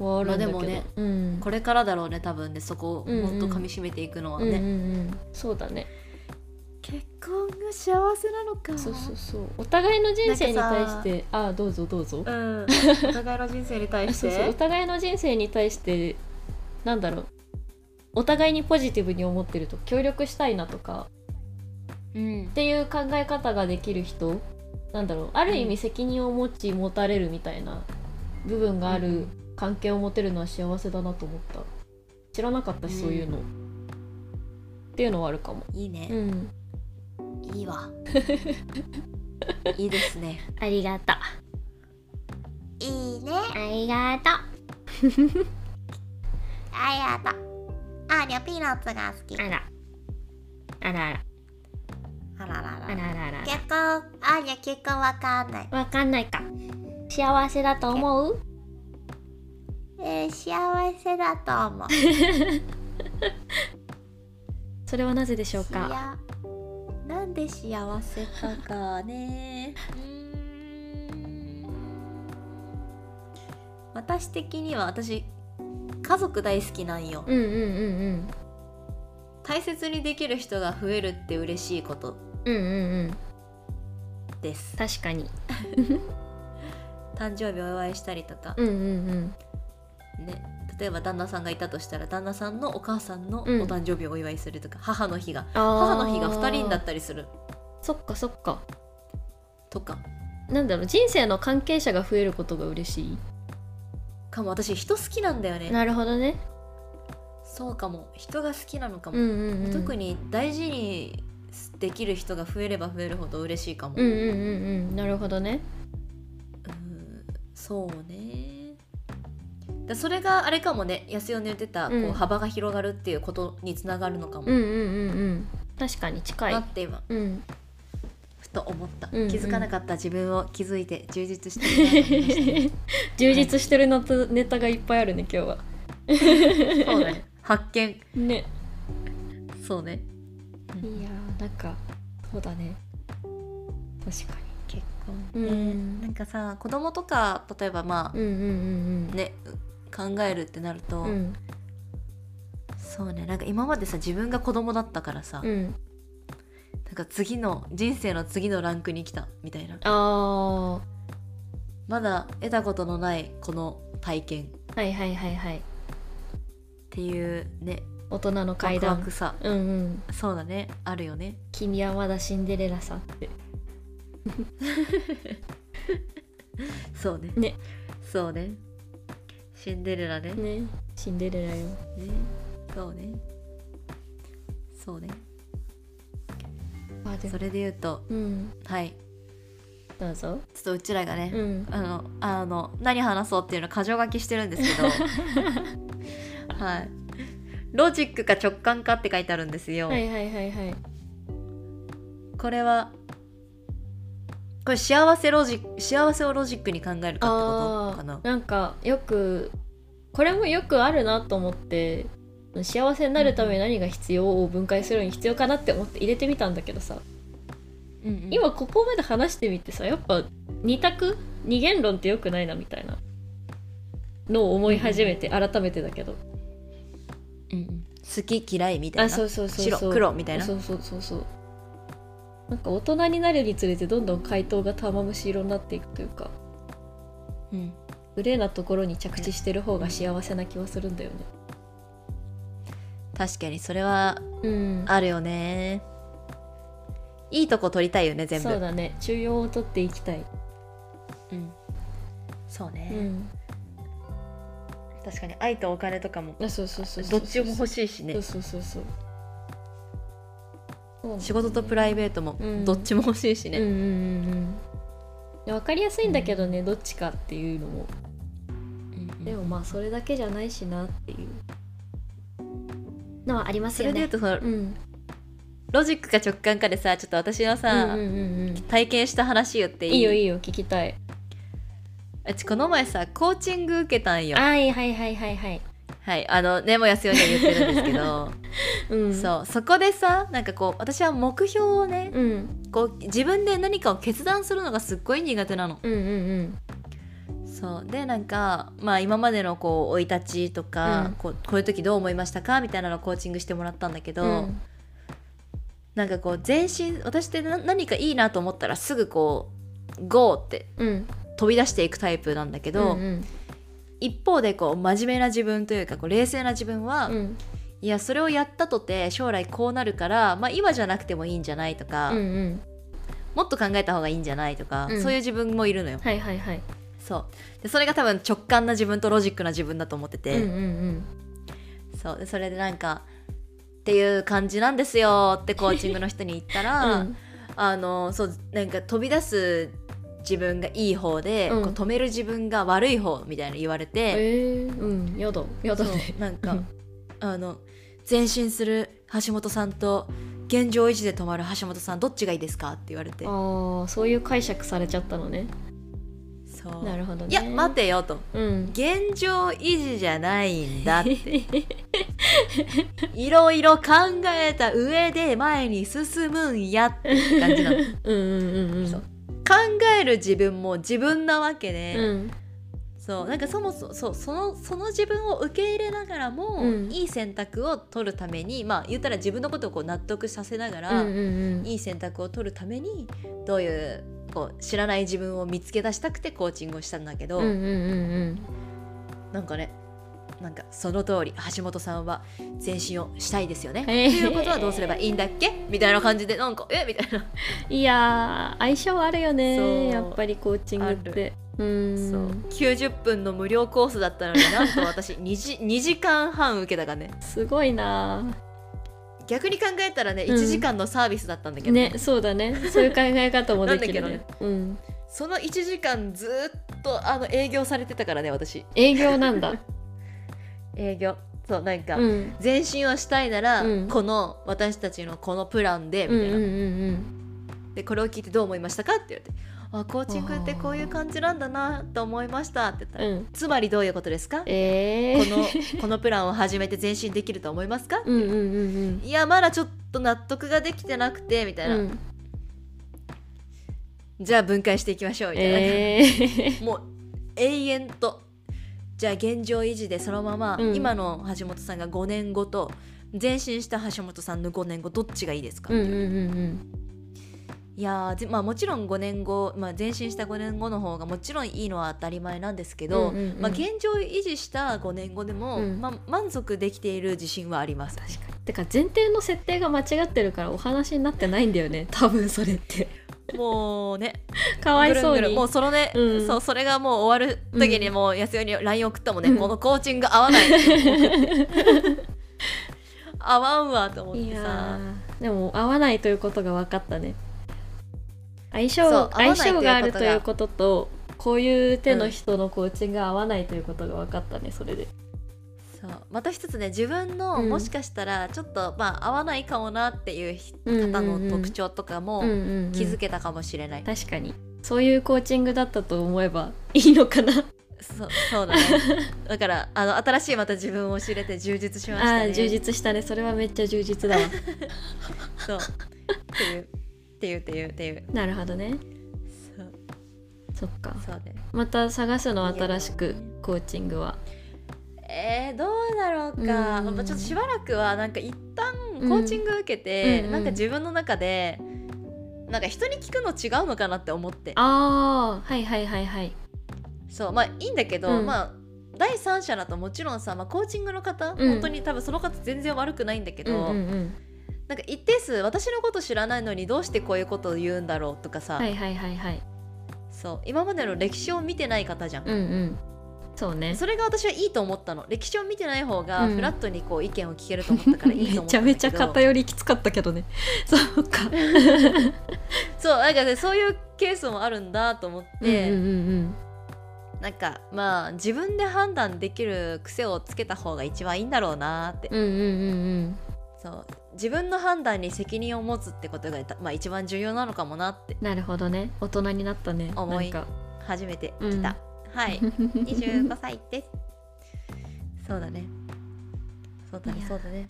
[SPEAKER 2] はあるんだけど、
[SPEAKER 1] まあでもね
[SPEAKER 2] うん、
[SPEAKER 1] これからだろうね多分ねそこを
[SPEAKER 2] うんうん
[SPEAKER 1] もっと噛みしめていくのはね、
[SPEAKER 2] うんうんうん、そうだね
[SPEAKER 1] 結婚が幸せなのか
[SPEAKER 2] そうそうそうお互いの人生に対
[SPEAKER 1] なん
[SPEAKER 2] し
[SPEAKER 1] か
[SPEAKER 2] てああどうぞどうぞ
[SPEAKER 1] うんお互いの人生に対し
[SPEAKER 2] そうそうお
[SPEAKER 1] て
[SPEAKER 2] 互いの人生に対してなんだろうお互いにポジティブに思ってると協力したいなとか
[SPEAKER 1] うん
[SPEAKER 2] っていう考え方ができる人なんだろうある意
[SPEAKER 1] うん
[SPEAKER 2] 味責任を持ち持たれるみたいな部分がある関係を持てるのは幸せだなと思った知らなかったし
[SPEAKER 1] うん
[SPEAKER 2] そういうの、っていうのはあるかも
[SPEAKER 1] いいね、
[SPEAKER 2] ん
[SPEAKER 1] いいわ いいですね
[SPEAKER 2] ありがとう
[SPEAKER 1] いいね
[SPEAKER 2] ありがと
[SPEAKER 1] ありがとうありゃピーナッツが好き
[SPEAKER 2] うあらあら
[SPEAKER 1] あら
[SPEAKER 2] あら
[SPEAKER 1] ら
[SPEAKER 2] あらあらあら
[SPEAKER 1] 結婚ありゃ結婚わかんない
[SPEAKER 2] わかんないか幸せだと思う
[SPEAKER 1] えー、幸せだと思う
[SPEAKER 2] それはなぜでしょう
[SPEAKER 1] い
[SPEAKER 2] か
[SPEAKER 1] やなんで幸せかかねうーん私的には私家族大好きなんよ
[SPEAKER 2] うんうんうん
[SPEAKER 1] 大切にできる人が増えるって嬉しいこと
[SPEAKER 2] うんうんうんうん
[SPEAKER 1] です
[SPEAKER 2] 確かに
[SPEAKER 1] 誕生日お祝いしたりとか、
[SPEAKER 2] うんうん
[SPEAKER 1] ね、例えば旦那さんがいたとしたら旦那さんのお母さんのお
[SPEAKER 2] うん
[SPEAKER 1] 誕生日をお祝いするとか、母の日が
[SPEAKER 2] あー
[SPEAKER 1] 母の日が2人になったりする
[SPEAKER 2] そっかそっか
[SPEAKER 1] とか
[SPEAKER 2] なんだろう人生の関係者が増えることが嬉し
[SPEAKER 1] かも私人好きなんだよ
[SPEAKER 2] い
[SPEAKER 1] ね
[SPEAKER 2] なるほどね
[SPEAKER 1] そうかも人が好きなのかも
[SPEAKER 2] うん、うん、うん、
[SPEAKER 1] 特に大事にできる人が増えれば増えるほど嬉しいかも、
[SPEAKER 2] うんうんうんうんなるほどね
[SPEAKER 1] うんそうねだそれがあれかもね安代の言ってた、
[SPEAKER 2] うん
[SPEAKER 1] こう幅が広がるっていうことにつながるのかも、
[SPEAKER 2] うんうんうんうん確かに近い
[SPEAKER 1] なって今
[SPEAKER 2] うん
[SPEAKER 1] ふと思った、
[SPEAKER 2] うんうん
[SPEAKER 1] 気づかなかった自分を気づいて充実してるなと思 いまし
[SPEAKER 2] 充実してるネタネタがいっぱいあるね今日は
[SPEAKER 1] たそうだね発見
[SPEAKER 2] ね
[SPEAKER 1] そうね
[SPEAKER 2] いやーなんかそうだね確か
[SPEAKER 1] 結
[SPEAKER 2] に
[SPEAKER 1] 婚ね、なんかさ子供とか例えばまあ、
[SPEAKER 2] うんうんうんうん
[SPEAKER 1] ね考えるってなると、
[SPEAKER 2] うん
[SPEAKER 1] そうねなんか今までさ自分が子供だったからさ、
[SPEAKER 2] うん
[SPEAKER 1] なんか次の人生の次のランクに来たみたいな
[SPEAKER 2] あ
[SPEAKER 1] まだ得たことのないこの体験っ
[SPEAKER 2] ーはいはいはいはい
[SPEAKER 1] ていうね
[SPEAKER 2] 大人の
[SPEAKER 1] ワ
[SPEAKER 2] 階
[SPEAKER 1] ク
[SPEAKER 2] 段
[SPEAKER 1] ワクさ
[SPEAKER 2] うんうん
[SPEAKER 1] そうだねあるよね
[SPEAKER 2] 君はまだシンデレラさんって
[SPEAKER 1] そうね
[SPEAKER 2] ね
[SPEAKER 1] そうねシンデレラねね
[SPEAKER 2] ねシンデレラよ
[SPEAKER 1] そうねそうね
[SPEAKER 2] あで
[SPEAKER 1] それで言うと
[SPEAKER 2] うん
[SPEAKER 1] はい
[SPEAKER 2] どうぞ
[SPEAKER 1] ちょっとうちらがね、
[SPEAKER 2] うん
[SPEAKER 1] あのあの何話そうっていうの箇条書きしてるんですけど はいロジックか直感かって書いてあるんですよ、
[SPEAKER 2] はいはいはいはい
[SPEAKER 1] これはこれ幸せロジック幸せをロジックに考えるかってことかな
[SPEAKER 2] あーなんかよくこれもよくあるなと思って幸せになるために何が必要を分解するのに必要かなって思って入れてみたんだけどさ、
[SPEAKER 1] うんうん
[SPEAKER 2] 今ここまで話してみてさやっぱ二択二元論ってよくないなみたいなのを思い始めて改めてだけど
[SPEAKER 1] うんうん好き嫌いみたい
[SPEAKER 2] あ
[SPEAKER 1] な
[SPEAKER 2] そうそうそうそう
[SPEAKER 1] 白黒みたいな
[SPEAKER 2] そうそうそうそうなんか大人になるにつれてどんどん回答が玉虫色になっていくというか
[SPEAKER 1] うん
[SPEAKER 2] グレーなところに着地してる方が幸せな気はするんだよね
[SPEAKER 1] 確かにそれは
[SPEAKER 2] うん
[SPEAKER 1] あるよねいいとこ取りたいよね全部
[SPEAKER 2] そうだね中央を取っていきたい、
[SPEAKER 1] うんそう
[SPEAKER 2] う
[SPEAKER 1] ね、
[SPEAKER 2] ん、
[SPEAKER 1] 確かに愛とお金とかも
[SPEAKER 2] あそうそうそう
[SPEAKER 1] どっちも欲
[SPEAKER 2] し
[SPEAKER 1] しいしね
[SPEAKER 2] そうそうそうそうそう
[SPEAKER 1] 仕事とプライベートも
[SPEAKER 2] うん
[SPEAKER 1] どっちも欲しいし
[SPEAKER 2] うん
[SPEAKER 1] ね、
[SPEAKER 2] うんうんうん分かりやすいんだけどね、どっちかっていうのもでもまあそれだけじゃないしなっていうのはあります
[SPEAKER 1] そ
[SPEAKER 2] よ
[SPEAKER 1] れで言
[SPEAKER 2] ね
[SPEAKER 1] う。とその
[SPEAKER 2] うん
[SPEAKER 1] ロジックか直感かでさちょっと私のさ、
[SPEAKER 2] うんうんうんうん
[SPEAKER 1] 体験した話言っていい
[SPEAKER 2] いいよいいよ聞きたい。
[SPEAKER 1] うちこの前さコーチング受けたんよ
[SPEAKER 2] はいはいはいはいはい。
[SPEAKER 1] はいあの根も安よには言ってるんですけど、
[SPEAKER 2] うん。
[SPEAKER 1] そうそこでさなんかこう私は目標をね
[SPEAKER 2] うん。うん
[SPEAKER 1] こう自分で何かを決断するのがすっごい苦手なの
[SPEAKER 2] うんうん
[SPEAKER 1] そうでなんかまあ今までのこう生い立ちとか、
[SPEAKER 2] うん
[SPEAKER 1] こうこういう時どう思いましたかみたいなのをコーチングしてもらったんだけど、
[SPEAKER 2] うん
[SPEAKER 1] なんかこう全身私ってな何かいいなと思ったらすぐこう GO って
[SPEAKER 2] うん
[SPEAKER 1] 飛び出していくタイプなんだけど、
[SPEAKER 2] うんうん
[SPEAKER 1] 一方でこう真面目な自分というかこう冷静な自分は、
[SPEAKER 2] うん
[SPEAKER 1] いやそれをやったとて将来こうなるから、まあ、今じゃなくてもいいんじゃないとか、
[SPEAKER 2] うんうん
[SPEAKER 1] もっと考えた方がいいんじゃないとか、
[SPEAKER 2] うん
[SPEAKER 1] そういう自分もいるのよ。
[SPEAKER 2] はいはいはい。
[SPEAKER 1] そうでそれが多分直感な自分とロジックな自分だと思って
[SPEAKER 2] うんう
[SPEAKER 1] て、
[SPEAKER 2] ん
[SPEAKER 1] そうでそれでなんかっていう感じなんですよってコーチングの人に言った
[SPEAKER 2] う
[SPEAKER 1] ら、
[SPEAKER 2] ん。
[SPEAKER 1] あのそうなんか飛び出す自分がいい方で、
[SPEAKER 2] うん
[SPEAKER 1] こう止める自分が悪い方みたいな言われて、
[SPEAKER 2] えー、うんやだやだ
[SPEAKER 1] そう
[SPEAKER 2] ね。
[SPEAKER 1] なん
[SPEAKER 2] う
[SPEAKER 1] か
[SPEAKER 2] ん
[SPEAKER 1] あの前進する橋本さんと現状維持で止まる橋本さんどっちがいいですかって言われて
[SPEAKER 2] ああそういう解釈されちゃったのね。
[SPEAKER 1] そう
[SPEAKER 2] なるほどね。
[SPEAKER 1] いや待てよと
[SPEAKER 2] うん。
[SPEAKER 1] 現状維持じゃないんだって いろいろ考えた上で前に進むんやっていう感じ なの
[SPEAKER 2] うんうんうんうん。
[SPEAKER 1] そう考える自分も自分なわけで、
[SPEAKER 2] うん
[SPEAKER 1] そうなんかそもそもそうそのその自分を受け入れながらも、
[SPEAKER 2] うん
[SPEAKER 1] いい選択を取るためにまあ言ったら自分のことをこう納得させなが
[SPEAKER 2] うん
[SPEAKER 1] ら、
[SPEAKER 2] うんうん。
[SPEAKER 1] いい選択を取るためにどういうこう知らない自分を見つけ出したくてコーチングをしたんだけど、
[SPEAKER 2] うんうんうんうん。
[SPEAKER 1] なんかねなんかその通り橋本さんは前進をしたいですよね。と
[SPEAKER 2] へー
[SPEAKER 1] いうことはどうすればいいんだっけみたいな感じでなんかえみたいない
[SPEAKER 2] やー相性あるよ
[SPEAKER 1] そう
[SPEAKER 2] ねやっぱりコーチングってうーん
[SPEAKER 1] 90分の無料コースだったのになんと私 2, 時2時間半受けたからね
[SPEAKER 2] すごいな
[SPEAKER 1] 逆に考えたらね
[SPEAKER 2] うん
[SPEAKER 1] 1時間のサービスだったんだけ
[SPEAKER 2] ー
[SPEAKER 1] どね、
[SPEAKER 2] ねそうだねそういう考え方もできる
[SPEAKER 1] なんだ
[SPEAKER 2] ねうん
[SPEAKER 1] その1時間ずっとあの営業されてたからね私
[SPEAKER 2] 営業なん だ
[SPEAKER 1] 営業そうなんか、
[SPEAKER 2] うん
[SPEAKER 1] 前進をしたいなら、
[SPEAKER 2] うん
[SPEAKER 1] この私たちのこのプランで
[SPEAKER 2] うんう
[SPEAKER 1] み
[SPEAKER 2] ん
[SPEAKER 1] たいな、
[SPEAKER 2] うん
[SPEAKER 1] でこれを聞いてどう思いましたかって言われて「あコーチングってこういう感じなんだなと思いました」って言った
[SPEAKER 2] う
[SPEAKER 1] ら、
[SPEAKER 2] んうん
[SPEAKER 1] つまりどういうことですかこ
[SPEAKER 2] えー、
[SPEAKER 1] のこのプランを始めて前進できると思いますか、
[SPEAKER 2] うんうんうんうん
[SPEAKER 1] いやまだちょっと納得ができてなくてみたいな、
[SPEAKER 2] うん
[SPEAKER 1] じゃあ分解していきましょうみたいな、
[SPEAKER 2] えー、
[SPEAKER 1] もう永遠とじゃあ現状維持でそのまま、
[SPEAKER 2] うん
[SPEAKER 1] 今の橋本さんが5年後と前進した橋本さんの5年後どっちがいいですか、
[SPEAKER 2] うんうんうんうん
[SPEAKER 1] いやーぜまあ、もちろん5年後、まあ、前進した5年後の方がもちろんいいのは当たり前なんですけど、
[SPEAKER 2] うんうんうん
[SPEAKER 1] まあ、現状維持した5年後でも、
[SPEAKER 2] うん
[SPEAKER 1] まあ、満足できている自信はあります。
[SPEAKER 2] てか前提の設定が間違ってるからお話になってないんだよね多分それって
[SPEAKER 1] もうね
[SPEAKER 2] かわいそ
[SPEAKER 1] ぐるん
[SPEAKER 2] う
[SPEAKER 1] ぐるん
[SPEAKER 2] に
[SPEAKER 1] もうそのね、
[SPEAKER 2] うん
[SPEAKER 1] そうそれがもう終わる時に
[SPEAKER 2] うん
[SPEAKER 1] もう安代に LINE 送ったもんね、
[SPEAKER 2] うん
[SPEAKER 1] このコーチング合わない って送って合わんわと思っ
[SPEAKER 2] い
[SPEAKER 1] て
[SPEAKER 2] や
[SPEAKER 1] さ
[SPEAKER 2] ーでも合わないということが分かったね相
[SPEAKER 1] そう合
[SPEAKER 2] 性
[SPEAKER 1] わない
[SPEAKER 2] 相性がある
[SPEAKER 1] と
[SPEAKER 2] と
[SPEAKER 1] い
[SPEAKER 2] いうう
[SPEAKER 1] こ
[SPEAKER 2] こととこういう手の人のコーチングが合わないということが分かったねそれで
[SPEAKER 1] そうまた一つね自分の、
[SPEAKER 2] うん
[SPEAKER 1] もしかしたらちょっとまあ合わないかもなっていう方の特徴とかも
[SPEAKER 2] うんうんうん
[SPEAKER 1] 気づけたかもしれない、
[SPEAKER 2] 確かにそういうコーチングだったと思えば いいのかな
[SPEAKER 1] そうそうだね だからあの新しいまた自分を知れて充実しました
[SPEAKER 2] あ
[SPEAKER 1] ね
[SPEAKER 2] ー充実したねそれはめっちゃ充実だわ
[SPEAKER 1] そうっていうっていうっていうっていう
[SPEAKER 2] なるほどね
[SPEAKER 1] そう
[SPEAKER 2] そっか
[SPEAKER 1] そうね
[SPEAKER 2] また探すの新しくコーチングは
[SPEAKER 1] えー、どうだろうか、
[SPEAKER 2] うん
[SPEAKER 1] まあちょっとしばらくはなんか一旦コーチング受けて、
[SPEAKER 2] うんうんうん
[SPEAKER 1] なんか自分の中でなんか人に聞くの違うのかなって思って
[SPEAKER 2] ああはいはいはいはい
[SPEAKER 1] そうまあいいんだけど、
[SPEAKER 2] うん
[SPEAKER 1] まあ第三者だともちろんさ、まあ、コーチングの方、
[SPEAKER 2] うん
[SPEAKER 1] 本当に多分その方全然悪くないんだけ
[SPEAKER 2] う
[SPEAKER 1] ど、
[SPEAKER 2] んうんうん
[SPEAKER 1] なんか一定数私のこと知らないのにどうしてこういうことを言うんだろうとかさ、
[SPEAKER 2] はいはいはいはい
[SPEAKER 1] そう今までの歴史を見てない方じゃん、
[SPEAKER 2] うんうんそうね
[SPEAKER 1] それが私はいいと思ったの歴史を見てない方が
[SPEAKER 2] うん
[SPEAKER 1] フラットにこう意見を聞けると思ったからいいと思
[SPEAKER 2] め
[SPEAKER 1] っ
[SPEAKER 2] ち
[SPEAKER 1] た
[SPEAKER 2] ゃ
[SPEAKER 1] んだ
[SPEAKER 2] め
[SPEAKER 1] け
[SPEAKER 2] ちゃ
[SPEAKER 1] ど
[SPEAKER 2] 偏りきつかったけどねそうか
[SPEAKER 1] そうなんかねそういうケースもあるんだと思って、
[SPEAKER 2] うんうんうん
[SPEAKER 1] なんかまあ自分で判断できる癖をつけた方が一番いいんだろうなって、
[SPEAKER 2] うんうんうん
[SPEAKER 1] そう自分の判断に責任を持つってことが、まあ、一番重要なのかもなって
[SPEAKER 2] うんなるほどね大人になったね
[SPEAKER 1] 思い
[SPEAKER 2] なんか
[SPEAKER 1] 初めて来た、はい 25歳ですそうだねそうだ
[SPEAKER 2] い
[SPEAKER 1] ね
[SPEAKER 2] や
[SPEAKER 1] そうだね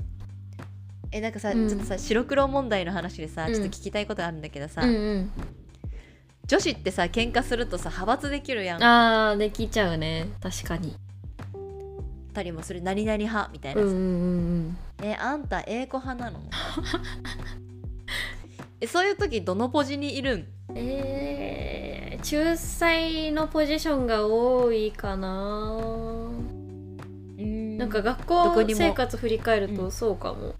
[SPEAKER 1] えなんかさ、
[SPEAKER 2] うん
[SPEAKER 1] ちょっとさ白黒問題の話でさ
[SPEAKER 2] うん
[SPEAKER 1] ちょっと聞きたいことあるんだけどさ、
[SPEAKER 2] うんうん
[SPEAKER 1] 女子ってさ喧嘩するとさ派閥できるやんあっ
[SPEAKER 2] あーできちゃうね確かに
[SPEAKER 1] たりもする何々派みたいな
[SPEAKER 2] う
[SPEAKER 1] さ
[SPEAKER 2] んうんうん
[SPEAKER 1] えあんた英子派なの えそういう時どのポジにいるん
[SPEAKER 2] うんえー、仲裁のポジションが多いかななんか学
[SPEAKER 1] どこに
[SPEAKER 2] 校
[SPEAKER 1] も
[SPEAKER 2] 生活振り返る
[SPEAKER 1] う
[SPEAKER 2] と
[SPEAKER 1] ん
[SPEAKER 2] そうかも、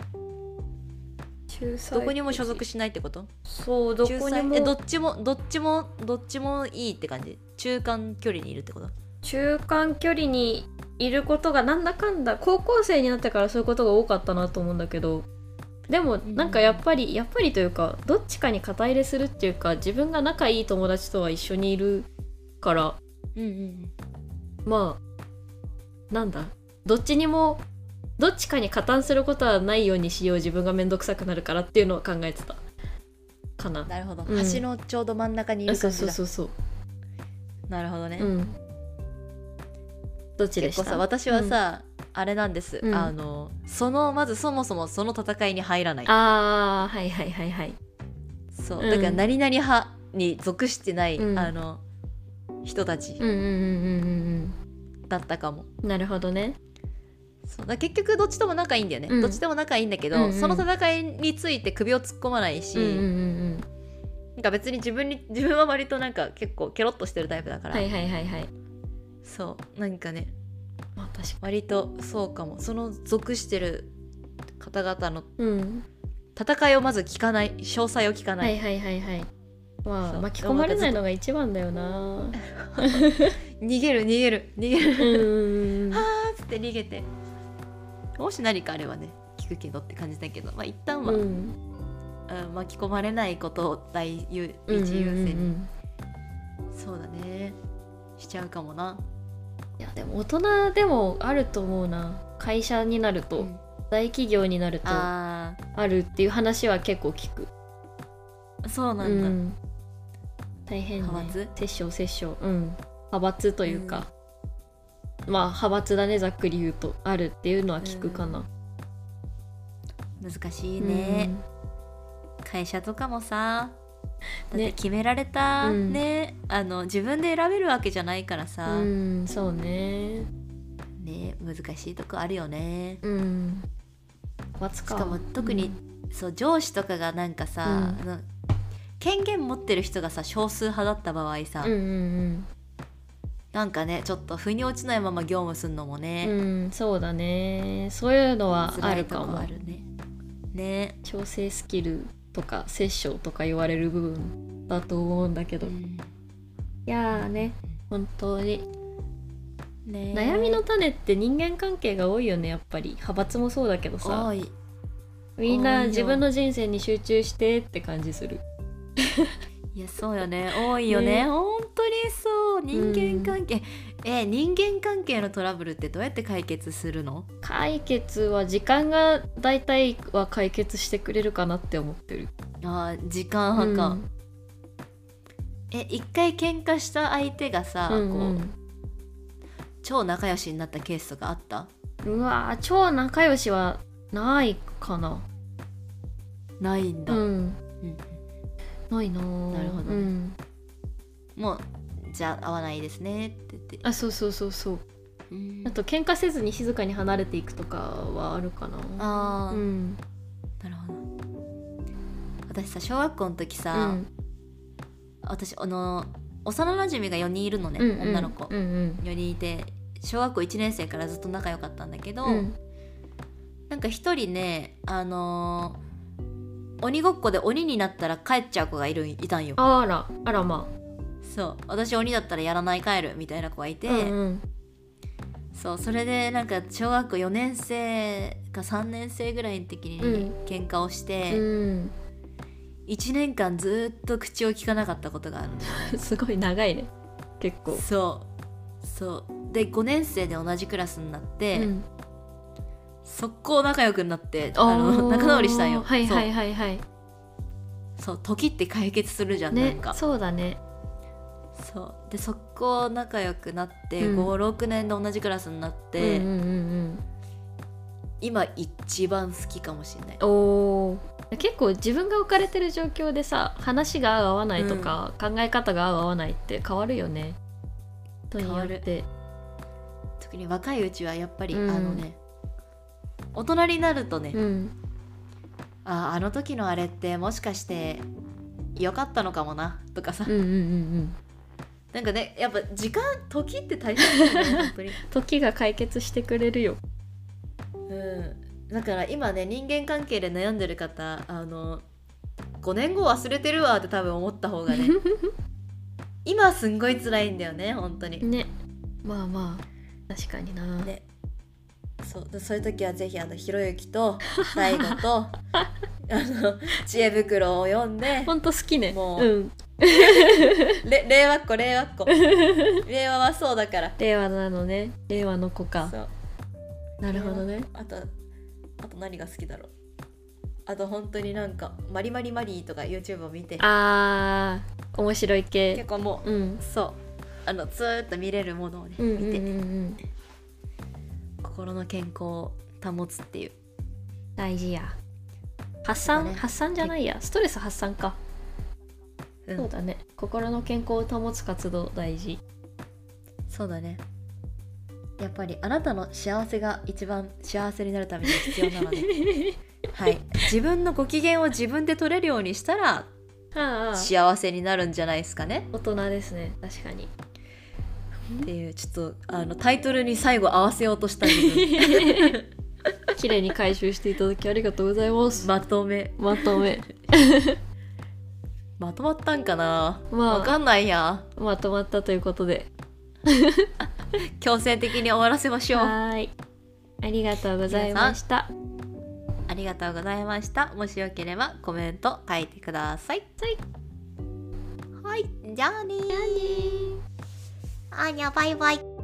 [SPEAKER 2] 仲裁
[SPEAKER 1] どこにも所属しないってこと
[SPEAKER 2] そうどこ
[SPEAKER 1] 仲
[SPEAKER 2] に
[SPEAKER 1] 裁えど
[SPEAKER 2] も
[SPEAKER 1] っちもどっちもどっちもいいって感じ中間距離にいるってこと
[SPEAKER 2] 中間距離にいることがなんだかんだ高校生になってからそういうことが多かったなと思うんだけどでも
[SPEAKER 1] ん
[SPEAKER 2] なんかやっぱりやっぱりというかどっちかに肩入れするっていうか自分が仲いい友達とは一緒にいるから
[SPEAKER 1] うんうん
[SPEAKER 2] まあなんだどっちにもどっちかに加担することはないようにしよう自分が面倒くさくなるからっていうのを考えてたかな。
[SPEAKER 1] なるほど、
[SPEAKER 2] うん
[SPEAKER 1] 橋のちょうど真ん中にい
[SPEAKER 2] あ
[SPEAKER 1] る
[SPEAKER 2] そ
[SPEAKER 1] 感
[SPEAKER 2] う
[SPEAKER 1] じ
[SPEAKER 2] そう
[SPEAKER 1] だ
[SPEAKER 2] そうそう、
[SPEAKER 1] なるほどね、
[SPEAKER 2] うん、どっちでし
[SPEAKER 1] 結構
[SPEAKER 2] た
[SPEAKER 1] さ私はさ、あれなんです、
[SPEAKER 2] うん
[SPEAKER 1] あのそのまずそもそもその戦いに入らない
[SPEAKER 2] ああはいはいはいはい
[SPEAKER 1] そう
[SPEAKER 2] うん
[SPEAKER 1] だから何々派に属してない、
[SPEAKER 2] うん
[SPEAKER 1] あの人たち
[SPEAKER 2] うんうんうんうんうん
[SPEAKER 1] だったかも、
[SPEAKER 2] うんなるほどね
[SPEAKER 1] そうだから結局どっちとも仲いいんだよね、
[SPEAKER 2] うん
[SPEAKER 1] どっちとも仲いいんだけど、
[SPEAKER 2] うんうん
[SPEAKER 1] その戦いについて首を突っ込まないし、
[SPEAKER 2] うんうんうん
[SPEAKER 1] なんか別に自分に自分は割となんか結構ケロッとしてるタイプだか
[SPEAKER 2] うん
[SPEAKER 1] ら、
[SPEAKER 2] はいはいはいはい
[SPEAKER 1] そうなんかね
[SPEAKER 2] まあ確か
[SPEAKER 1] 割とそうかもその属してる方々の
[SPEAKER 2] にうん
[SPEAKER 1] 戦いをまず聞かない詳細を聞かな、
[SPEAKER 2] はいいはいはいはいま
[SPEAKER 1] そ
[SPEAKER 2] あ
[SPEAKER 1] う
[SPEAKER 2] 巻き込まれないのが一番だよな
[SPEAKER 1] 逃げる逃げる逃げる
[SPEAKER 2] うん うんうん
[SPEAKER 1] はあっつって逃げてもし何かあればね聞くけどって感じだけどまあ一旦は、
[SPEAKER 2] う
[SPEAKER 1] うん
[SPEAKER 2] ん
[SPEAKER 1] 巻き込まれないことを大優一優先に、そうだねしちゃうかもな、
[SPEAKER 2] いやでも大人でもあると思うな会社になると、
[SPEAKER 1] うん
[SPEAKER 2] 大企業になるとあ
[SPEAKER 1] あ
[SPEAKER 2] るっていう話は結構聞く
[SPEAKER 1] ーそうな
[SPEAKER 2] うん
[SPEAKER 1] だ、
[SPEAKER 2] ん、大変ね
[SPEAKER 1] 派閥
[SPEAKER 2] 殺生殺生うん派閥というか、まあ派閥だねざっくり言うとあるっていうのは聞くかな、
[SPEAKER 1] 難し
[SPEAKER 2] い
[SPEAKER 1] いね、会社とかもさだって
[SPEAKER 2] ね
[SPEAKER 1] 決められた
[SPEAKER 2] う
[SPEAKER 1] ね
[SPEAKER 2] ん
[SPEAKER 1] あの自分で選べるわけじゃないから
[SPEAKER 2] う
[SPEAKER 1] さ、
[SPEAKER 2] ん、そうね
[SPEAKER 1] ね難しいとこあるよね
[SPEAKER 2] うん派閥
[SPEAKER 1] し
[SPEAKER 2] か
[SPEAKER 1] かも特に、そう上司とかがなんかさ、
[SPEAKER 2] う
[SPEAKER 1] あの権限持ってる人がさ少数派だった場合さ、
[SPEAKER 2] うんうん
[SPEAKER 1] なんかねちょっと腑に落ちないまま業務するのも
[SPEAKER 2] うんう
[SPEAKER 1] ね、
[SPEAKER 2] ん、うん、そうだねそういうのはあ
[SPEAKER 1] 辛
[SPEAKER 2] る
[SPEAKER 1] いと
[SPEAKER 2] か
[SPEAKER 1] こ
[SPEAKER 2] も
[SPEAKER 1] あるねね、
[SPEAKER 2] 調整スキルとか殺生とか言われる部分だと思うんだけど、いやーね本当に
[SPEAKER 1] ね
[SPEAKER 2] 悩みの種って人間関係が多いよねやっぱり派閥もそうだけど
[SPEAKER 1] 多
[SPEAKER 2] さ
[SPEAKER 1] い
[SPEAKER 2] み
[SPEAKER 1] 多
[SPEAKER 2] ん
[SPEAKER 1] い
[SPEAKER 2] な
[SPEAKER 1] よ
[SPEAKER 2] 自分の人生に集中してって感じする
[SPEAKER 1] いやそうよね多いよね
[SPEAKER 2] ね
[SPEAKER 1] 本当にそう人間関係、え人間関係のトラブルってどうやって解決するの
[SPEAKER 2] 解決は時間が大体は解決してくれるかなって思ってる
[SPEAKER 1] あー時間派か、
[SPEAKER 2] うん
[SPEAKER 1] え一回喧嘩した相手がさ、
[SPEAKER 2] うんう
[SPEAKER 1] こうん超仲良しになったケースとかあった
[SPEAKER 2] うわー超仲良しはないかな
[SPEAKER 1] ないんだ、
[SPEAKER 2] うん
[SPEAKER 1] うん
[SPEAKER 2] ないなー
[SPEAKER 1] なるほどね
[SPEAKER 2] うん
[SPEAKER 1] もうじゃあ合わないですねって言って、
[SPEAKER 2] あそうそうそうそうあと喧嘩せずに静かに離れていくとかはあるかな
[SPEAKER 1] ああ、
[SPEAKER 2] うん
[SPEAKER 1] なるほど私さ小学校の時さ、
[SPEAKER 2] うん
[SPEAKER 1] 私あの幼なじみが4人いるのね、
[SPEAKER 2] うんうん
[SPEAKER 1] 女の子、
[SPEAKER 2] うんうん
[SPEAKER 1] 4人いて小学校1年生からずっと仲良かったんだけど、
[SPEAKER 2] うん
[SPEAKER 1] なんか一人ねあのー鬼ごっこで鬼になったら帰っちゃう子がいるいたんよ
[SPEAKER 2] あらあらま
[SPEAKER 1] そう私鬼だったらやらない帰るみたいな子がいて、
[SPEAKER 2] あうんうん
[SPEAKER 1] そうそれでなんか小学校4年生か3年生ぐらいの時に
[SPEAKER 2] う
[SPEAKER 1] 喧嘩をして、
[SPEAKER 2] うん
[SPEAKER 1] 1年間ずっと口を聞かなかったことがあるんだよ
[SPEAKER 2] すごい長いね結構
[SPEAKER 1] そそうで5年生で同じクラスになって、
[SPEAKER 2] うん
[SPEAKER 1] 速攻仲良くなってあの仲直りしたんよ、
[SPEAKER 2] はいはいはいはい
[SPEAKER 1] そうそう時って解決するじゃん、な
[SPEAKER 2] ね
[SPEAKER 1] んか
[SPEAKER 2] そうだね
[SPEAKER 1] そうで速攻仲良くなって、
[SPEAKER 2] うん
[SPEAKER 1] 56年で同じクラスになって、
[SPEAKER 2] うんうんうん
[SPEAKER 1] 今一番好きかもしれない
[SPEAKER 2] うんおー結構自分が置かれてる状況でさ話が合う合わないとか、考え方が合う合わないって変わるよね人によって
[SPEAKER 1] 特に若いうちはやっぱり、
[SPEAKER 2] うん
[SPEAKER 1] あのね大人になるとね、
[SPEAKER 2] うん
[SPEAKER 1] ああの時のあれってもしかして良かったのかもなとかさ、
[SPEAKER 2] うんうんうんうん
[SPEAKER 1] なんかねやっぱ時間時って大切だよね本当に、
[SPEAKER 2] 時が解決してくれるよ
[SPEAKER 1] うん、だから今ね人間関係で悩んでる方あの5年後忘れてるわって多分思った方が ね今すんごい辛いんだよね本当に、
[SPEAKER 2] ねまあまあ確かにな、
[SPEAKER 1] ねそうでそういう時はぜひあのひろゆきと大悟 とあの知恵袋を読んで
[SPEAKER 2] ほんと好きね、
[SPEAKER 1] もうんれ令和っ子令和っ子令和はそうだから
[SPEAKER 2] 令和なのね令和の子か
[SPEAKER 1] そう
[SPEAKER 2] なるほどね
[SPEAKER 1] あとあと何が好きだろうあと本当になんか「マリマリマリー」とか YouTube を見て
[SPEAKER 2] あー面白い
[SPEAKER 1] 結
[SPEAKER 2] 系
[SPEAKER 1] 構もう、
[SPEAKER 2] うん
[SPEAKER 1] そうあのずーっと見れるものをね、
[SPEAKER 2] うんうん
[SPEAKER 1] 見
[SPEAKER 2] う
[SPEAKER 1] て
[SPEAKER 2] んうん
[SPEAKER 1] 心の健康を保つっていう
[SPEAKER 2] 大事や発
[SPEAKER 1] そうだ
[SPEAKER 2] 散
[SPEAKER 1] ね
[SPEAKER 2] 発散じゃないやストレス発散か、
[SPEAKER 1] うん
[SPEAKER 2] そうだね心の健康を保つ活動 大事
[SPEAKER 1] そうだねやっぱりあなたの幸せが一番幸せになるために必要なので はい自分のご機嫌を自分で取れるようにしたら
[SPEAKER 2] ああ
[SPEAKER 1] 幸せになるんじゃないですかね
[SPEAKER 2] 大人ですね確かに
[SPEAKER 1] っていうちょっとあのタイトルに最後合わせようとしたんですけ
[SPEAKER 2] 綺麗に回収していただきありがとうございます
[SPEAKER 1] どまとめ
[SPEAKER 2] まとめ
[SPEAKER 1] まとまったんかな、
[SPEAKER 2] まあ
[SPEAKER 1] わかんないや
[SPEAKER 2] まとまったということで
[SPEAKER 1] 強制的に終わらせましょう
[SPEAKER 2] はーいありがとうございました
[SPEAKER 1] ありがとうございましたもしよければコメント書いてください
[SPEAKER 2] は
[SPEAKER 1] は
[SPEAKER 2] い
[SPEAKER 1] いじゃあねーあーにゃバイバイ